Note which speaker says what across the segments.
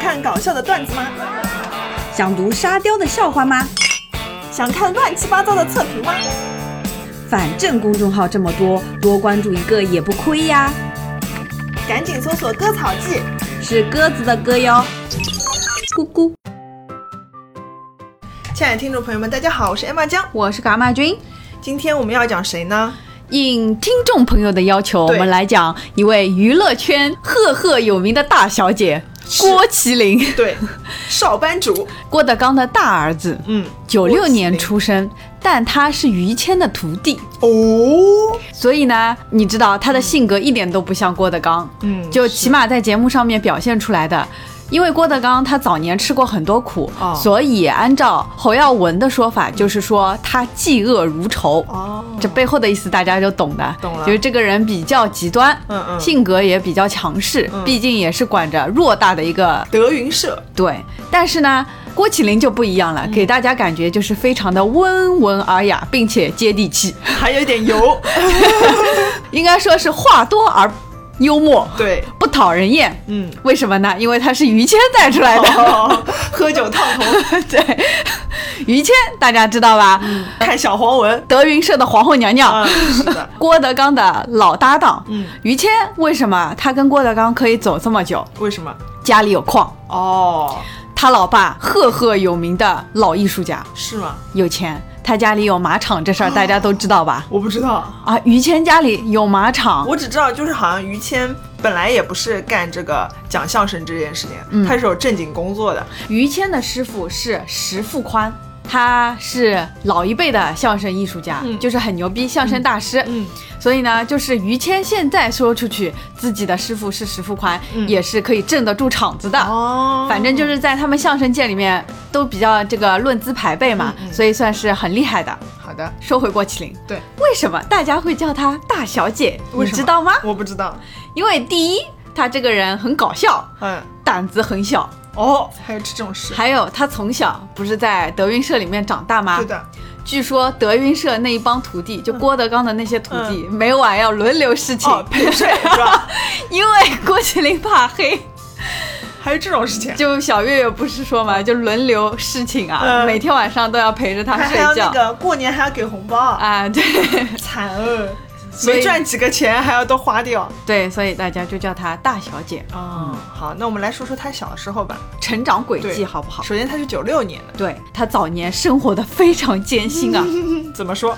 Speaker 1: 看搞笑的段子吗？
Speaker 2: 想读沙雕的笑话吗？
Speaker 1: 想看乱七八糟的测评吗？
Speaker 2: 反正公众号这么多，多关注一个也不亏呀。
Speaker 1: 赶紧搜索“割草记
Speaker 2: 是鸽子的歌哟，咕咕。”。
Speaker 1: 亲爱的听众朋友们，大家好，我是 Emma 江。
Speaker 2: 我是蛤蟆君。
Speaker 1: 今天我们要讲谁呢？
Speaker 2: 应听众朋友的要求，我
Speaker 1: 对
Speaker 2: 们来讲一位娱乐圈赫赫有名的大小姐郭麒麟，
Speaker 1: 对，少班主。
Speaker 2: 郭德纲的大儿子，
Speaker 1: 嗯，
Speaker 2: 九
Speaker 1: 麒
Speaker 2: 六
Speaker 1: 麟
Speaker 2: 年出生，但他是于谦的徒弟。
Speaker 1: 哦，
Speaker 2: 所以呢，你知道他的性格一点都不像郭德纲，
Speaker 1: 嗯
Speaker 2: 就起码在节目上面表现出来的。因为郭德纲他早年吃过很多苦，
Speaker 1: 哦
Speaker 2: 所以按照侯耀文的说法，就是说他嫉恶如仇。
Speaker 1: 哦，
Speaker 2: 这背后的意思大家就懂的，
Speaker 1: 懂了
Speaker 2: 就是这个人比较极端，
Speaker 1: 嗯嗯
Speaker 2: 性格也比较强势，
Speaker 1: 嗯
Speaker 2: 毕竟也是管着偌大的一个
Speaker 1: 德云社。
Speaker 2: 对。但是呢，郭麒麟就不一样
Speaker 1: 嗯
Speaker 2: 了，给大家感觉就是非常的温文尔雅，并且接地气。
Speaker 1: 还有一点油，
Speaker 2: 应该说是话多而幽默，
Speaker 1: 对，
Speaker 2: 不讨人厌。
Speaker 1: 嗯，
Speaker 2: 为什么呢？因为他是于谦带出来的。
Speaker 1: 哦，喝酒烫头，
Speaker 2: 对，于谦大家知道吧？
Speaker 1: 看小黄文，
Speaker 2: 德云社的皇后娘娘。
Speaker 1: 啊，是的，
Speaker 2: 郭德纲的老搭档，
Speaker 1: 嗯，
Speaker 2: 于谦为什么他跟郭德纲可以走这么久？
Speaker 1: 为什么？
Speaker 2: 家里有矿，
Speaker 1: 哦，
Speaker 2: 他老爸赫赫有名的老艺术家，
Speaker 1: 是吗？
Speaker 2: 有钱，他家里有马场，这 事儿大家都知道吧？
Speaker 1: 我不知道，
Speaker 2: 啊，于谦家里有马场，
Speaker 1: 我只知道就是好像于谦本来也不是干这个讲相声这件事情，
Speaker 2: 嗯
Speaker 1: 他是有正经工作的。
Speaker 2: 于谦的师傅是石富宽，他是老一辈的相声艺术家，
Speaker 1: 嗯
Speaker 2: 就是很牛逼相声大师。
Speaker 1: 嗯，
Speaker 2: 所以呢，就是于谦现在说出去自己的师傅是石富宽，
Speaker 1: 嗯
Speaker 2: 也是可以镇得住场子的。
Speaker 1: 哦
Speaker 2: 反正就是在他们相声界里面都比较这个论资排辈嘛，
Speaker 1: 嗯嗯
Speaker 2: 所以算是很厉害的。
Speaker 1: 好的，
Speaker 2: 说回郭麒麟，
Speaker 1: 对，
Speaker 2: 为什么大家会叫她大小姐？
Speaker 1: 为什
Speaker 2: 你
Speaker 1: 么
Speaker 2: 知道吗？
Speaker 1: 我不知道。
Speaker 2: 因为第一，她这个人很搞笑，
Speaker 1: 嗯，
Speaker 2: 胆子很小，
Speaker 1: 哦，还有这种事，
Speaker 2: 还有他从小不是在德云社里面长大吗
Speaker 1: 对？ 的，嗯
Speaker 2: 据说德云社那一帮徒弟，就郭德纲的那些徒弟，每晚要轮流侍寝，
Speaker 1: 哦，陪睡是吧？
Speaker 2: 因为郭麒麟怕黑。
Speaker 1: 还有这种事情，
Speaker 2: 就小岳岳不是说嘛，就轮流侍寝啊，
Speaker 1: 嗯
Speaker 2: 每天晚上都要陪着他
Speaker 1: 还
Speaker 2: 睡
Speaker 1: 还要
Speaker 2: 觉。
Speaker 1: 那个过年还要给红包，
Speaker 2: 啊，对
Speaker 1: 惨哦，
Speaker 2: 所以
Speaker 1: 没赚几个钱还要都花掉。
Speaker 2: 对，所以大家就叫她大小姐。
Speaker 1: 哦，好，那我们来说说他小时候吧。
Speaker 2: 成长轨迹
Speaker 1: 对
Speaker 2: 好不好？
Speaker 1: 首先，他是九六年的，
Speaker 2: 对她早年生活的非常艰 辛啊，
Speaker 1: 怎么说？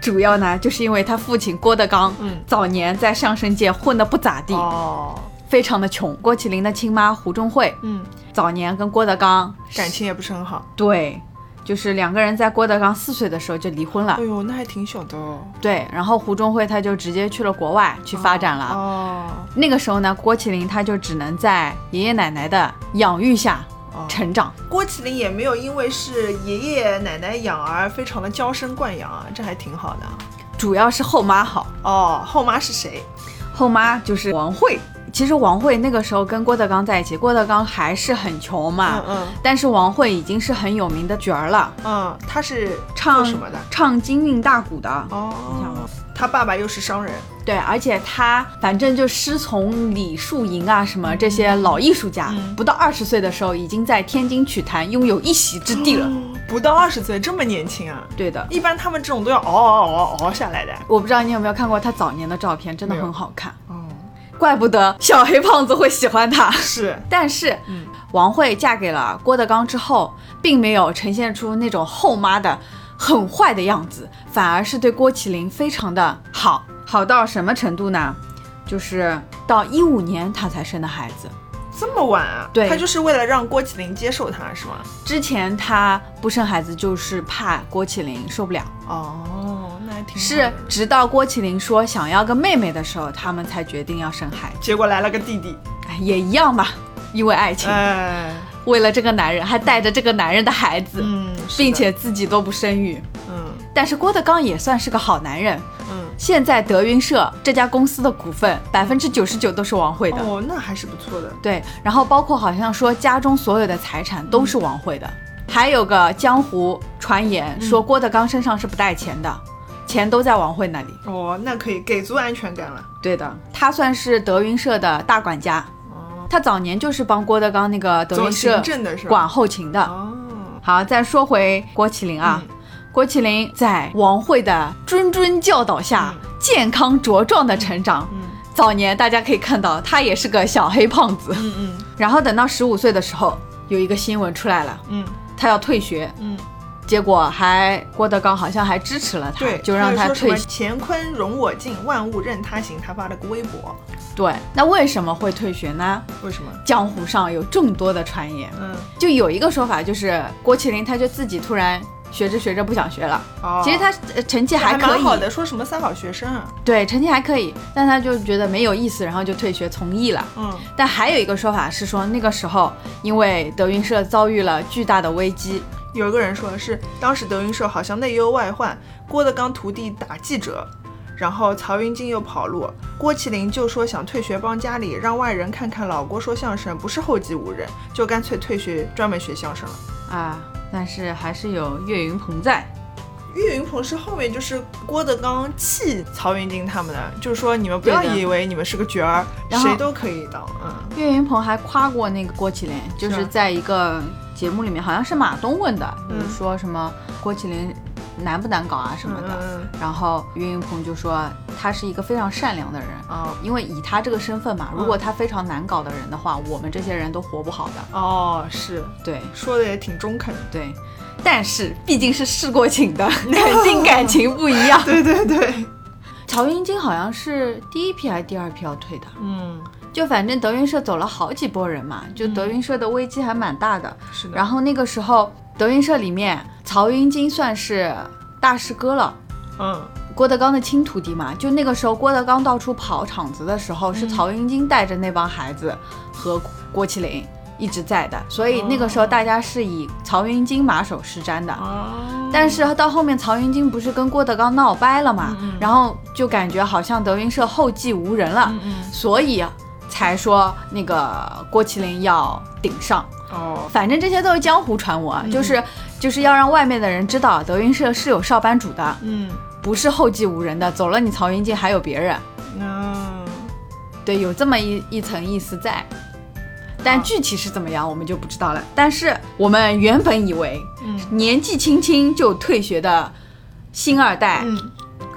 Speaker 2: 主要呢就是因为她父亲郭德纲，
Speaker 1: 嗯
Speaker 2: 早年在相声界混得不咋地，
Speaker 1: 哦，
Speaker 2: 非常的穷。郭麒麟的亲妈胡中慧
Speaker 1: 嗯，
Speaker 2: 早年跟郭德纲
Speaker 1: 感情也不是很好。
Speaker 2: 对，就是两个人在郭德纲四岁的时候就离婚了。
Speaker 1: 哎呦，那还挺小的哦，
Speaker 2: 对，然后胡中慧她就直接去了国外去发展了。
Speaker 1: 哦
Speaker 2: 那个时候呢，郭麒麟他就只能在爷爷奶奶的养育下
Speaker 1: 哦，
Speaker 2: 成长。
Speaker 1: 郭麒麟也没有因为是爷爷奶奶养而非常的娇生惯养啊，这还挺好的啊。
Speaker 2: 主要是后妈好，
Speaker 1: 哦，后妈是谁？
Speaker 2: 后妈就是王慧。其实王慧那个时候跟郭德纲在一起，郭德纲还是很穷嘛，
Speaker 1: 嗯
Speaker 2: 但是王慧已经是很有名的角儿了，
Speaker 1: 嗯嗯，他是
Speaker 2: 唱
Speaker 1: 做什么的？
Speaker 2: 唱京韵大鼓的。
Speaker 1: 哦，他爸爸又是商人，
Speaker 2: 对，而且他反正就师从李树银啊什么这些老艺术家，
Speaker 1: 嗯
Speaker 2: 不到二十岁的时候已经在天津曲坛拥有一席之地了。
Speaker 1: 不到二十岁，这么年轻啊！
Speaker 2: 对的，
Speaker 1: 一般他们这种都要熬熬熬熬熬下来的。
Speaker 2: 我不知道你有没有看过他早年的照片，真的
Speaker 1: 没有
Speaker 2: 很好看，
Speaker 1: 哦，
Speaker 2: 怪不得小黑胖子会喜欢他。
Speaker 1: 是，
Speaker 2: 但是，
Speaker 1: 嗯
Speaker 2: 王慧嫁给了郭德纲之后，并没有呈现出那种后妈的很坏的样子，反而是对郭麒麟非常的好，好到什么程度呢？就是到一五年她才生的孩子，
Speaker 1: 这么晚啊？
Speaker 2: 对
Speaker 1: 他就是为了让郭麒麟接受他，是吗？
Speaker 2: 之前她不生孩子就是怕郭麒麟受不了，
Speaker 1: 哦，那还挺好的
Speaker 2: 是直到郭麒麟说想要个妹妹的时候，他们才决定要生孩子。
Speaker 1: 结果来了个弟弟，
Speaker 2: 哎，也一样吧，因为爱情，
Speaker 1: 哎，
Speaker 2: 为了这个男人，还带着这个男人的孩子，
Speaker 1: 嗯，是的
Speaker 2: 并且自己都不生育。
Speaker 1: 嗯
Speaker 2: 但是郭德纲也算是个好男人，
Speaker 1: 嗯，
Speaker 2: 现在德云社这家公司的股份百分之九十九都是王慧的。
Speaker 1: 哦，那还是不错的。
Speaker 2: 对，然后包括好像说家中所有的财产都是王慧的，还有个江湖传
Speaker 1: 嗯
Speaker 2: 言说郭德纲身上是不带钱的，钱都在王慧那里。
Speaker 1: 哦，那可以给足安全感了。
Speaker 2: 对的，他算是德云社的大管家，
Speaker 1: 哦，
Speaker 2: 他早年就是帮郭德纲那个德
Speaker 1: 走
Speaker 2: 云社
Speaker 1: 行政的是吧？
Speaker 2: 管后勤的。
Speaker 1: 哦，
Speaker 2: 好，再说回郭麒麟啊，
Speaker 1: 嗯
Speaker 2: 郭麒麟在王慧的谆谆教导下，健康茁壮的成长。
Speaker 1: 嗯
Speaker 2: 早年大家可以看到，他也是个小黑胖子。
Speaker 1: 嗯嗯
Speaker 2: 然后等到十五岁的时候，有一个新闻出来了，
Speaker 1: 嗯
Speaker 2: 他要退学，
Speaker 1: 嗯，
Speaker 2: 结果还郭德纲好像还支持了他，
Speaker 1: 对，
Speaker 2: 就让
Speaker 1: 他
Speaker 2: 他
Speaker 1: 就说
Speaker 2: 退
Speaker 1: 什么。乾坤容我静，万物任他行。他发了个微博，
Speaker 2: 对，那为什么会退学呢？
Speaker 1: 为什么？
Speaker 2: 江湖上有众多的传言，
Speaker 1: 嗯，
Speaker 2: 就有一个说法，就是郭麒麟他就自己突然学着学着不想学了。
Speaker 1: 哦，
Speaker 2: 其实他呃成绩还可
Speaker 1: 蛮
Speaker 2: 以，
Speaker 1: 好的，说什么三好学生啊，
Speaker 2: 对，成绩还可以，但他就觉得没有意思，然后就退学从艺了。
Speaker 1: 嗯
Speaker 2: 但还有一个说法是说，那个时候因为德云社遭遇了巨大的危机，
Speaker 1: 有一个人说是当时德云社好像内忧外患，郭德纲徒弟打记者，然后曹云金又跑路，郭麒麟就说想退学帮家里，让外人看看老郭说相声不是后继无人，就干脆退学专门学相声了。
Speaker 2: 啊，但是还是有岳云鹏在。
Speaker 1: 岳云鹏是后面就是郭德纲气曹云金他们的，就是说你们不要
Speaker 2: 对的
Speaker 1: 以为你们是个角儿，
Speaker 2: 然后
Speaker 1: 谁都可以当，嗯
Speaker 2: 岳云鹏还夸过那个郭麒麟，就是啊是在一个节目里面，好像是马东问的，就
Speaker 1: 嗯
Speaker 2: 是说什么郭麒麟难不难搞啊什么
Speaker 1: 嗯
Speaker 2: 的。
Speaker 1: 嗯
Speaker 2: 然后岳云鹏就说他是一个非常善良的人。
Speaker 1: 嗯，哦
Speaker 2: 因为以他这个身份嘛，如果他非常难搞的人的话，我们这些人都活不好的。
Speaker 1: 哦是，
Speaker 2: 对
Speaker 1: 说的也挺中肯，
Speaker 2: 对，但是毕竟是试过情 的，肯定感情不一样。
Speaker 1: 对对对，
Speaker 2: 曹云金好像是第一批还是第二批要退的，
Speaker 1: 嗯
Speaker 2: 就反正德云社走了好几波人嘛，就德云社的危机还蛮大的。
Speaker 1: 是的，
Speaker 2: 然后那个时候德云社里面，曹云金算是大师哥了。
Speaker 1: 嗯
Speaker 2: 郭德纲的亲徒弟嘛，就那个时候郭德纲到处跑场子的时
Speaker 1: 嗯
Speaker 2: 候，是曹云金带着那帮孩子和郭麒麟一直在的，所以那个时候大家是以曹云金马首是瞻的。
Speaker 1: 哦，
Speaker 2: 但是到后面，曹云金不是跟郭德纲闹掰了嘛，
Speaker 1: 嗯嗯
Speaker 2: 然后就感觉好像德云社后继无人了，
Speaker 1: 嗯嗯
Speaker 2: 所以才说那个郭麒麟要顶上。
Speaker 1: 哦，
Speaker 2: 反正这些都是江湖传闻，啊，
Speaker 1: 嗯
Speaker 2: 就是就是要让外面的人知道德云社是有少班主的。
Speaker 1: 嗯
Speaker 2: 不是后继无人的，走了你曹云金还有别人，
Speaker 1: 嗯，
Speaker 2: 对，有这么一一层意思在，但具体是怎么样我们就不知道了。但是我们原本以为
Speaker 1: 嗯
Speaker 2: 年纪轻轻就退学的新二代、
Speaker 1: 嗯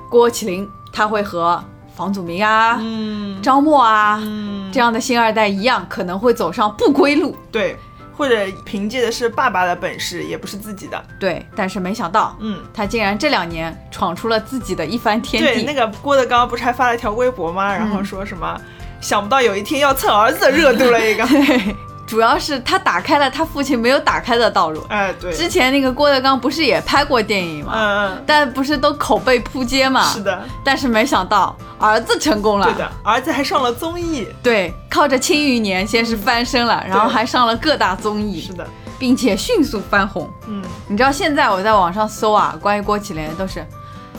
Speaker 2: 郭麒麟，他会和房祖名啊、
Speaker 1: 嗯
Speaker 2: 张默啊、
Speaker 1: 嗯，
Speaker 2: 这样的新二代一样，可能会走上不归路。
Speaker 1: 对，或者凭借的是爸爸的本事，也不是自己的，
Speaker 2: 对，但是没想到。
Speaker 1: 嗯。
Speaker 2: 他竟然这两年闯出了自己的一番天
Speaker 1: 对，
Speaker 2: 地，
Speaker 1: 那个郭德纲不是还发了条微博吗？然后说什么、想不到有一天要蹭儿子的热度了一个，
Speaker 2: 对，主要是他打开了他父亲没有打开的道路。
Speaker 1: 哎，对，
Speaker 2: 之前那个郭德纲不是也拍过电影吗？
Speaker 1: 嗯
Speaker 2: 但不是都口碑扑街
Speaker 1: 嗯，
Speaker 2: 嘛？
Speaker 1: 是的，
Speaker 2: 但是没想到儿子成啊功了。
Speaker 1: 对的，儿子还上了综艺，
Speaker 2: 对靠着《庆余年》先是翻身了，然后还上了各大综艺
Speaker 1: 是，的，
Speaker 2: 并且迅速翻红。
Speaker 1: 嗯，
Speaker 2: 你知道现在我在网上搜啊，关于郭麒麟都是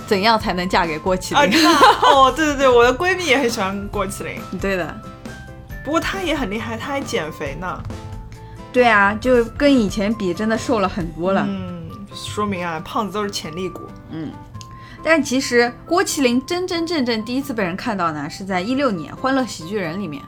Speaker 2: 怎样才能嫁给郭麒
Speaker 1: 啊，
Speaker 2: 麟？
Speaker 1: 真的啊，哦，对对对，我的闺蜜也很喜欢郭麒麟，
Speaker 2: 对的，
Speaker 1: 不过她也很厉害，她还减肥呢，
Speaker 2: 对啊，就跟以前比真的瘦了很多了。
Speaker 1: 嗯，说明啊，胖子都是潜力股，
Speaker 2: 嗯但其实郭麒麟真真正正第一次被人看到呢，是在一六年《欢乐喜剧人》里面。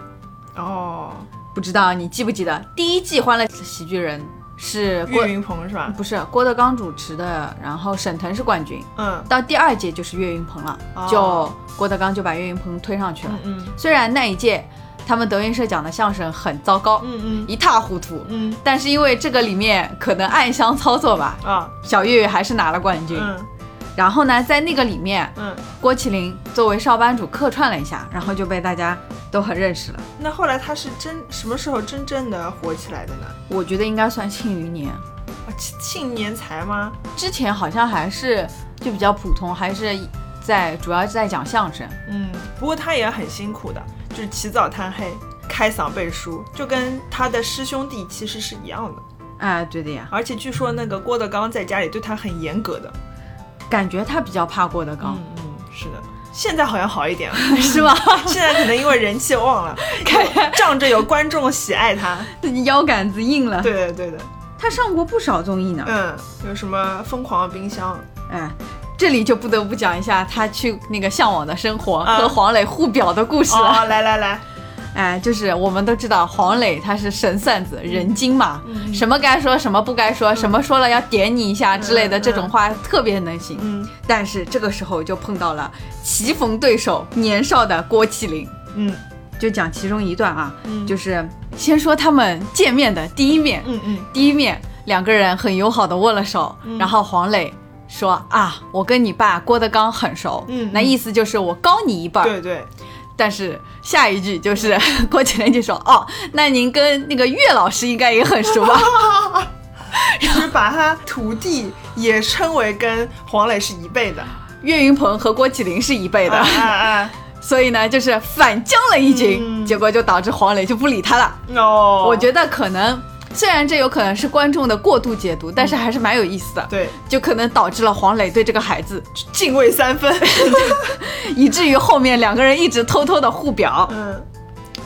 Speaker 1: 哦，
Speaker 2: 不知道你记不记得第一季《欢乐喜剧人》是郭
Speaker 1: 岳云鹏是吧？
Speaker 2: 不是郭德纲主持的，然后沈腾是冠军。
Speaker 1: 嗯
Speaker 2: 到第二届就是岳云鹏了，
Speaker 1: 哦
Speaker 2: 就郭德纲就把岳云鹏推上去了。
Speaker 1: 嗯嗯
Speaker 2: 虽然那一届他们德云社讲的相声很糟糕，
Speaker 1: 嗯
Speaker 2: 一塌糊涂，
Speaker 1: 嗯
Speaker 2: 但是因为这个里面可能暗箱操作吧，
Speaker 1: 嗯啊，
Speaker 2: 小岳岳还是拿了冠军。
Speaker 1: 嗯
Speaker 2: 然后呢，在那个里面，
Speaker 1: 嗯，
Speaker 2: 郭麒麟作为少班主客串了一下，然后就被大家都很认识了。
Speaker 1: 那后来他是真什么时候真正的火起来的呢？
Speaker 2: 我觉得应该算庆余年。
Speaker 1: 啊，庆庆年才吗？
Speaker 2: 之前好像还是就比较普通，还是在主要是在讲相声。
Speaker 1: 嗯，不过他也很辛苦的，就是起早贪黑，开嗓背书，就跟他的师兄弟其实是一样的。
Speaker 2: 哎，对的呀，
Speaker 1: 而且据说那个郭德纲在家里对他很严格的。
Speaker 2: 感觉他比较怕郭德纲，
Speaker 1: 嗯嗯，是的。现在好像好一点了，
Speaker 2: 是 吗？
Speaker 1: 现在可能因为人气旺了，仗着有观众喜爱他。
Speaker 2: 腰杆子硬了。
Speaker 1: 对的对的，
Speaker 2: 他上过不少综艺呢。
Speaker 1: 嗯，有什么疯狂的冰箱？
Speaker 2: 哎，这里就不得不讲一下他去那个《向往的生活》
Speaker 1: 啊
Speaker 2: 和黄磊互表的故事了。
Speaker 1: 哦，来来来，
Speaker 2: 哎，就是我们都知道黄磊他是神扇子、人精嘛，
Speaker 1: 嗯
Speaker 2: 什么该说什么不该说，什么说了要点你一下之类的
Speaker 1: 嗯
Speaker 2: 这种话特别能行。
Speaker 1: 嗯
Speaker 2: 但是这个时候就碰到了棋逢对手年少的郭麒麟，
Speaker 1: 嗯
Speaker 2: 就讲其中一段啊，
Speaker 1: 嗯
Speaker 2: 就是先说他们见面的第一面，
Speaker 1: 嗯嗯
Speaker 2: 第一面两个人很友好的握了手，然后黄磊说啊，我跟你爸郭德纲很熟，
Speaker 1: 嗯嗯
Speaker 2: 那意思就是我高你一辈儿。
Speaker 1: 对对，
Speaker 2: 但是下一句就是 郭麒麟就说哦，那您跟那个岳老师应该也很熟 吧？
Speaker 1: 就是把他徒弟也称为跟黄磊是一辈的，
Speaker 2: 岳云鹏和郭麒麟是一辈的，
Speaker 1: 啊啊
Speaker 2: 所以呢就是反将了一军，
Speaker 1: 嗯
Speaker 2: 结果就导致黄磊就不理他了。
Speaker 1: 啊哦，
Speaker 2: 我觉得可能。虽然这有可能是观众的过度解读，但是还是蛮有意思的，
Speaker 1: 对
Speaker 2: 就可能导致了黄磊对这个孩子
Speaker 1: 敬畏三 分，
Speaker 2: 以至于后面两个人一直偷偷的互表，
Speaker 1: 嗯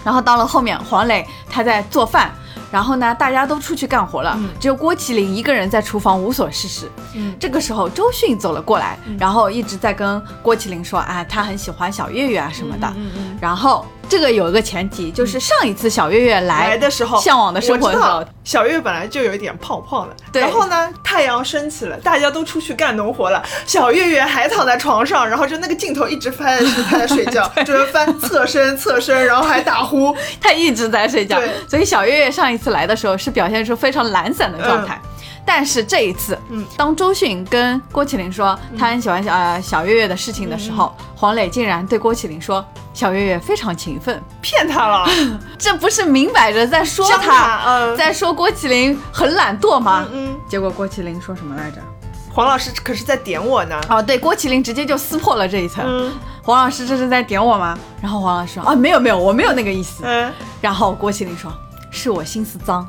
Speaker 2: 然后到了后面，黄磊他在做饭，然后呢，大家都出去干活了，
Speaker 1: 嗯
Speaker 2: 只有郭麒麟一个人在厨房无所事事。
Speaker 1: 嗯
Speaker 2: 这个时候，周迅走了过来，
Speaker 1: 嗯
Speaker 2: 然后一直在跟郭麒麟说啊，他很喜欢小岳岳啊什么的。
Speaker 1: 嗯嗯
Speaker 2: 然后这个有一个前提，就是上一次小岳岳来
Speaker 1: 来的时候，
Speaker 2: 向往的生活
Speaker 1: 我
Speaker 2: 的
Speaker 1: 知
Speaker 2: 时候
Speaker 1: 道，小月本来就有一点胖胖的，
Speaker 2: 对
Speaker 1: 然后呢，太阳升起了，大家都出去干农活了，小月月还躺在床上，然后就那个镜头一直翻，一直翻在睡 觉，就是翻侧身侧身，然后还打呼，
Speaker 2: 他一直在睡觉
Speaker 1: 对，
Speaker 2: 所以小月月上一次来的时候是表现出非常懒散的状态。但是这一次，
Speaker 1: 嗯
Speaker 2: 当周迅跟郭麒麟说他很喜欢小、呃小月月的事情的时
Speaker 1: 嗯
Speaker 2: 候，黄磊竟然对郭麒麟说小月月非常勤奋，
Speaker 1: 骗他了，
Speaker 2: 这不是明摆着在说
Speaker 1: 将
Speaker 2: 他，
Speaker 1: 嗯，
Speaker 2: 在说郭麒麟很懒惰吗？
Speaker 1: 嗯嗯，
Speaker 2: 结果郭麒麟说什么来着？
Speaker 1: 黄老师可是在点我呢，
Speaker 2: 哦，对，郭麒麟直接就撕破了这一层。
Speaker 1: 嗯
Speaker 2: 黄老师这是在点我吗？然后黄老师说啊，没有没有，我没有那个意思。
Speaker 1: 嗯，
Speaker 2: 然后郭麒麟说，是我心思脏。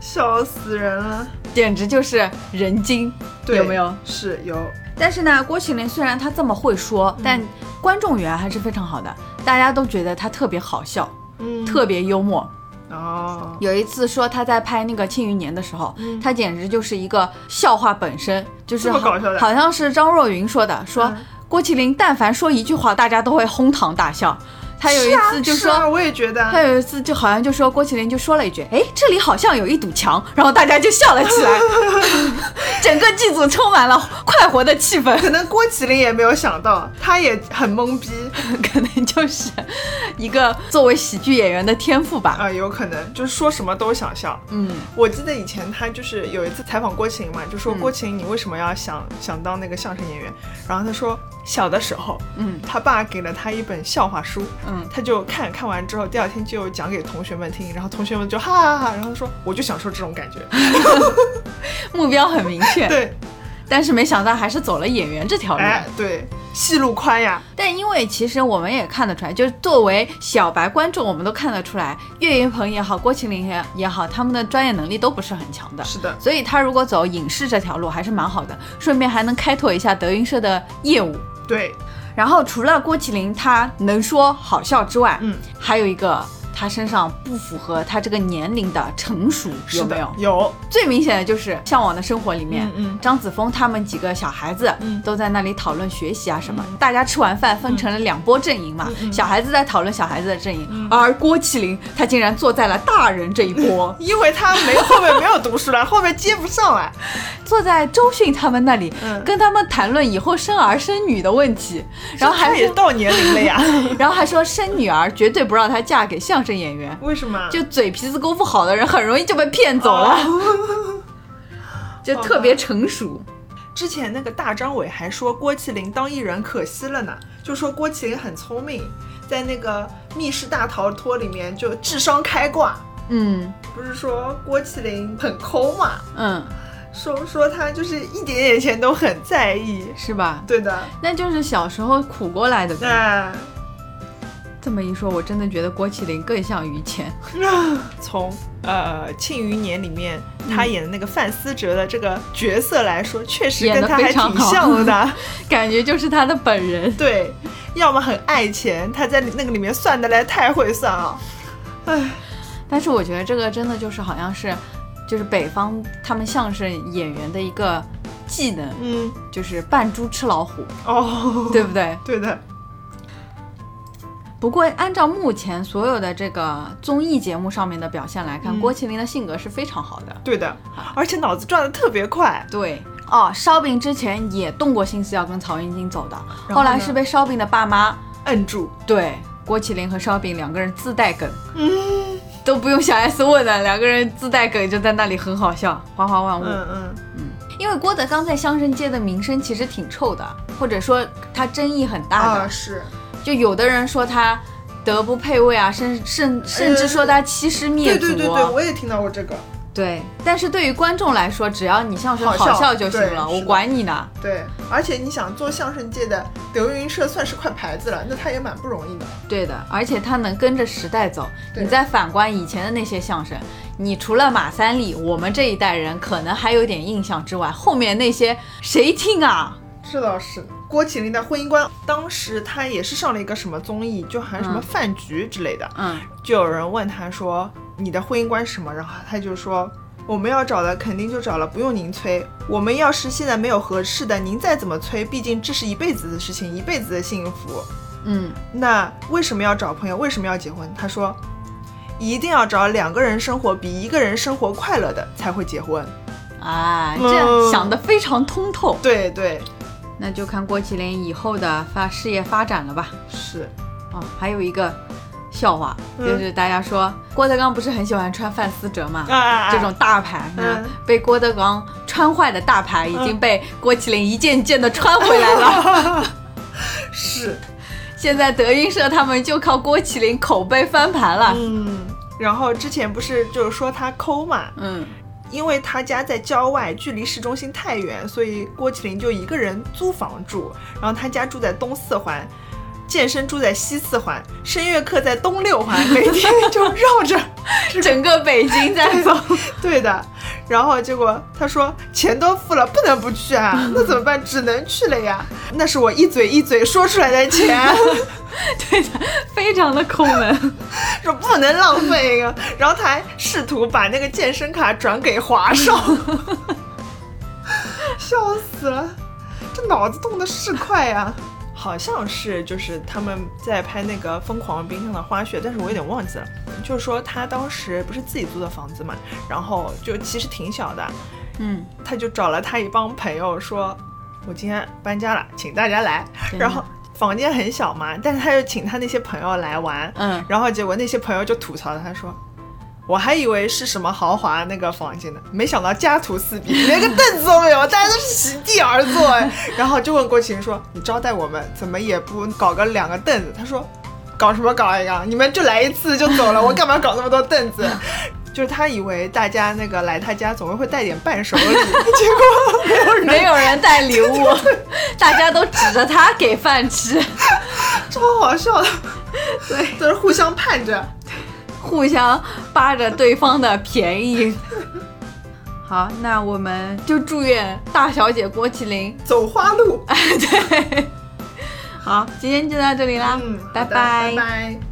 Speaker 1: 笑死人了，
Speaker 2: 简直就是人精，
Speaker 1: 对，
Speaker 2: 有没有？？
Speaker 1: 是有，
Speaker 2: 但是呢，郭麒麟虽然他这么会说，
Speaker 1: 嗯
Speaker 2: 但观众缘还是非常好的，大家都觉得他特别好笑，
Speaker 1: 嗯，
Speaker 2: 特别幽默。
Speaker 1: 哦，
Speaker 2: 有一次说他在拍那个《庆余年》的时候，
Speaker 1: 嗯
Speaker 2: 他简直就是一个笑话本身，就是
Speaker 1: 这么
Speaker 2: 好
Speaker 1: 搞笑的
Speaker 2: 好像是张若昀说的，说、
Speaker 1: 嗯
Speaker 2: 郭麒麟但凡说一句话，大家都会哄堂大笑。他有一次就说。
Speaker 1: 是啊我也觉得，
Speaker 2: 他有一次就好像就说郭麒麟就说了一句：“哎，这里好像有一堵墙。”然后大家就笑了起 来，整个剧组充满了快活的气氛，
Speaker 1: 可能郭麒麟也没有想到，他也很懵逼
Speaker 2: 可能就是一个作为喜剧演员的天赋吧。
Speaker 1: 啊，有可能就是说什么都想笑。
Speaker 2: 嗯，
Speaker 1: 我记得以前他就是有一次采访郭麒麟嘛，就说郭麒麟你为什么要想想当那个相声演员？然后他说小的时候，
Speaker 2: 嗯，
Speaker 1: 他爸给了他一本笑话书，
Speaker 2: 嗯，
Speaker 1: 他就看看完之后，第二天就讲给同学们听，然后同学们就哈哈哈，然后说我就享受这种 感觉，
Speaker 2: 目标很明确，
Speaker 1: 对，
Speaker 2: 但是没想到还是走了演员这条路。
Speaker 1: 哎，对，戏路宽呀，
Speaker 2: 但因为其实我们也看得出来，就是作为小白观众，我们都看得出来，岳云鹏也好，郭麒麟也也好，他们的专业能力都不是很强的。
Speaker 1: 是的，
Speaker 2: 所以他如果走影视这条路还是蛮好的，顺便还能开拓一下德云社的业务。
Speaker 1: 对，
Speaker 2: 然后除了郭麒麟他能说好笑之外，
Speaker 1: 嗯，
Speaker 2: 还有一个他身上不符合他这个年龄的成熟，
Speaker 1: 是
Speaker 2: 有
Speaker 1: 的，
Speaker 2: 没有？
Speaker 1: 有，
Speaker 2: 最明显的就是《向往的生活》里面
Speaker 1: 嗯，嗯
Speaker 2: 张子枫他们几个小孩子
Speaker 1: 嗯
Speaker 2: 都在那里讨论学习啊什么。大家吃完饭分成了两波阵营嘛，
Speaker 1: 嗯
Speaker 2: 小孩子在讨论小孩子的阵营，而郭麒麟他竟然坐在了大人这一波。
Speaker 1: 因为他没后面没有读书了， 后面接不上来，
Speaker 2: 坐在周迅他们那里，
Speaker 1: 嗯
Speaker 2: 跟他们谈论以后生儿生女的问题，然后还
Speaker 1: 他也
Speaker 2: 说，
Speaker 1: 到年龄了 呀，
Speaker 2: 然后还说生女儿绝对不让她嫁给相声演员，
Speaker 1: 为什么？啊
Speaker 2: 就嘴皮子功夫好的人很容易就被骗走了，哦 就特别成熟。
Speaker 1: 之前那个大张伟还说郭麒麟当艺人可惜了呢，就说郭麒麟很聪明，在那个密室大逃脱里面就智商开挂，
Speaker 2: 嗯
Speaker 1: 不是说郭麒麟很抠嘛，
Speaker 2: 嗯，
Speaker 1: 说说他就是一点点钱都很在意。
Speaker 2: 是吧？
Speaker 1: 对的，
Speaker 2: 那就是小时候苦过来的呗。
Speaker 1: 那、
Speaker 2: 这么一说，我真的觉得郭麒麟更像于谦。
Speaker 1: 从呃《庆余年》里面他
Speaker 2: 嗯
Speaker 1: 演的那个范思哲的这个角色来说，确实
Speaker 2: 演
Speaker 1: 跟
Speaker 2: 得
Speaker 1: 他
Speaker 2: 非
Speaker 1: 还
Speaker 2: 常
Speaker 1: 挺
Speaker 2: 好
Speaker 1: 像 的。
Speaker 2: 感觉就是他的本人。
Speaker 1: 对，要么很爱钱，他在那个里面算得来太会算啊了。
Speaker 2: 但是我觉得这个真的就是好像是，就是北方他们相声演员的一个技能，
Speaker 1: 嗯，
Speaker 2: 就是扮猪吃老虎，
Speaker 1: 哦，
Speaker 2: 对不对？
Speaker 1: 对的，
Speaker 2: 不过，按照目前所有的这个综艺节目上面的表现来看，
Speaker 1: 嗯
Speaker 2: 郭麒麟的性格是非常好的。
Speaker 1: 对的，而且脑子转得特别快。
Speaker 2: 对哦，烧饼之前也动过心思要跟曹云金走的，
Speaker 1: 后呢
Speaker 2: 后来是被烧饼的爸妈
Speaker 1: 摁住，
Speaker 2: 对郭麒麟和烧饼两个人自带梗，嗯，都不用小 S 问了，两个人自带梗就在那里很好笑，花花万物。
Speaker 1: 嗯嗯，
Speaker 2: 因为郭德纲在相声界的名声其实挺臭的，或者说他争议很大的，
Speaker 1: 啊是，
Speaker 2: 就有的人说他德不配位啊，甚甚甚至说他欺师灭
Speaker 1: 呃对
Speaker 2: 祖。啊
Speaker 1: 对对对，我也听到过这个，
Speaker 2: 对但是对于观众来说，只要你相声
Speaker 1: 好笑
Speaker 2: 好笑就行
Speaker 1: 对
Speaker 2: 了，
Speaker 1: 是的
Speaker 2: 我管你呢。
Speaker 1: 对，而且你想做相声界的德云社算是块牌子了，那他也蛮不容易的。
Speaker 2: 对的，而且他能跟着时代走。
Speaker 1: 对
Speaker 2: 你再反观以前的那些相声，你除了马三立，我们这一代人可能还有点印象之外，后面那些谁听啊？
Speaker 1: 是的，是的郭麒麟的婚姻观，当时他也是上了一个什么综艺，就还什么
Speaker 2: 嗯
Speaker 1: 饭局之类的，
Speaker 2: 嗯，
Speaker 1: 就有人问他说你的婚姻观是什么，然后他就说我们要找的肯定就找了，不用您催。我们要是现在没有合适的，您再怎么催，毕竟这是一辈子的事情，一辈子的幸福。
Speaker 2: 嗯，
Speaker 1: 那为什么要找朋友？为什么要结婚？他说，一定要找两个人生活比一个人生活快乐的才会结婚。
Speaker 2: 啊，
Speaker 1: 嗯
Speaker 2: 这样想得非常通透。
Speaker 1: 对对，
Speaker 2: 那就看郭麒麟以后的发事业发展了吧。
Speaker 1: 是，
Speaker 2: 哦，还有一个笑话，
Speaker 1: 嗯
Speaker 2: 就是大家说、郭德纲不是很喜欢穿范思哲嘛？
Speaker 1: 啊啊啊
Speaker 2: 这种大牌呢，
Speaker 1: 嗯
Speaker 2: 被郭德纲穿坏的大牌已经被郭麒麟一件件的穿回来了。
Speaker 1: 是，
Speaker 2: 现在德云社他们就靠郭麒麟口碑翻盘了。
Speaker 1: 嗯。然后之前不是就是说他抠嘛，
Speaker 2: 嗯
Speaker 1: 因为他家在郊外，距离市中心太远，所以郭麒麟就一个人租房住。然后他家住在东四环，健身住在西四环，声乐课在东六环，每天就绕着。
Speaker 2: 整个北京在走。
Speaker 1: 对的，然后结果他说钱都付了，不能不去啊，那怎么办？只能去了呀。那是我一嘴一嘴说出来的钱，
Speaker 2: 对的，非常的抠门。
Speaker 1: 说不能浪费啊。然后他还试图把那个健身卡转给华少， 笑死了，这脑子动的是快呀、好像是就是他们在拍那个《疯狂冰上的花絮》，但是我有点忘记了。就是说他当时不是自己租的房子嘛，然后就其实挺小的，
Speaker 2: 嗯，
Speaker 1: 他就找了他一帮朋友说：“我今天搬家了，请大家来。”
Speaker 2: 真的
Speaker 1: 然后房间很小嘛，但是他就请他那些朋友来玩。
Speaker 2: 嗯
Speaker 1: 然后结果那些朋友就吐槽他说：“我还以为是什么豪华那个房间呢，没想到家徒四壁， 连个凳子都没有，大家都是席地而坐。”哎，然后就问郭麒麟说：“你招待我们，怎么也不搞个两个凳子？”他说：“搞什么搞呀、你们就来一次就走了，我干嘛搞那么多凳子？”就是他以为大家那个来他家总归会带点伴手礼，结果
Speaker 2: 没有人带礼物，大家都指着他给饭吃，
Speaker 1: 超好笑的，对，就是互相盼着。
Speaker 2: 互相扒着对方的便宜。 好，那我们就祝愿大小姐郭麒麟。
Speaker 1: 走花路。
Speaker 2: 好，今天就到这里啦，
Speaker 1: 嗯，好
Speaker 2: 拜
Speaker 1: 的拜拜。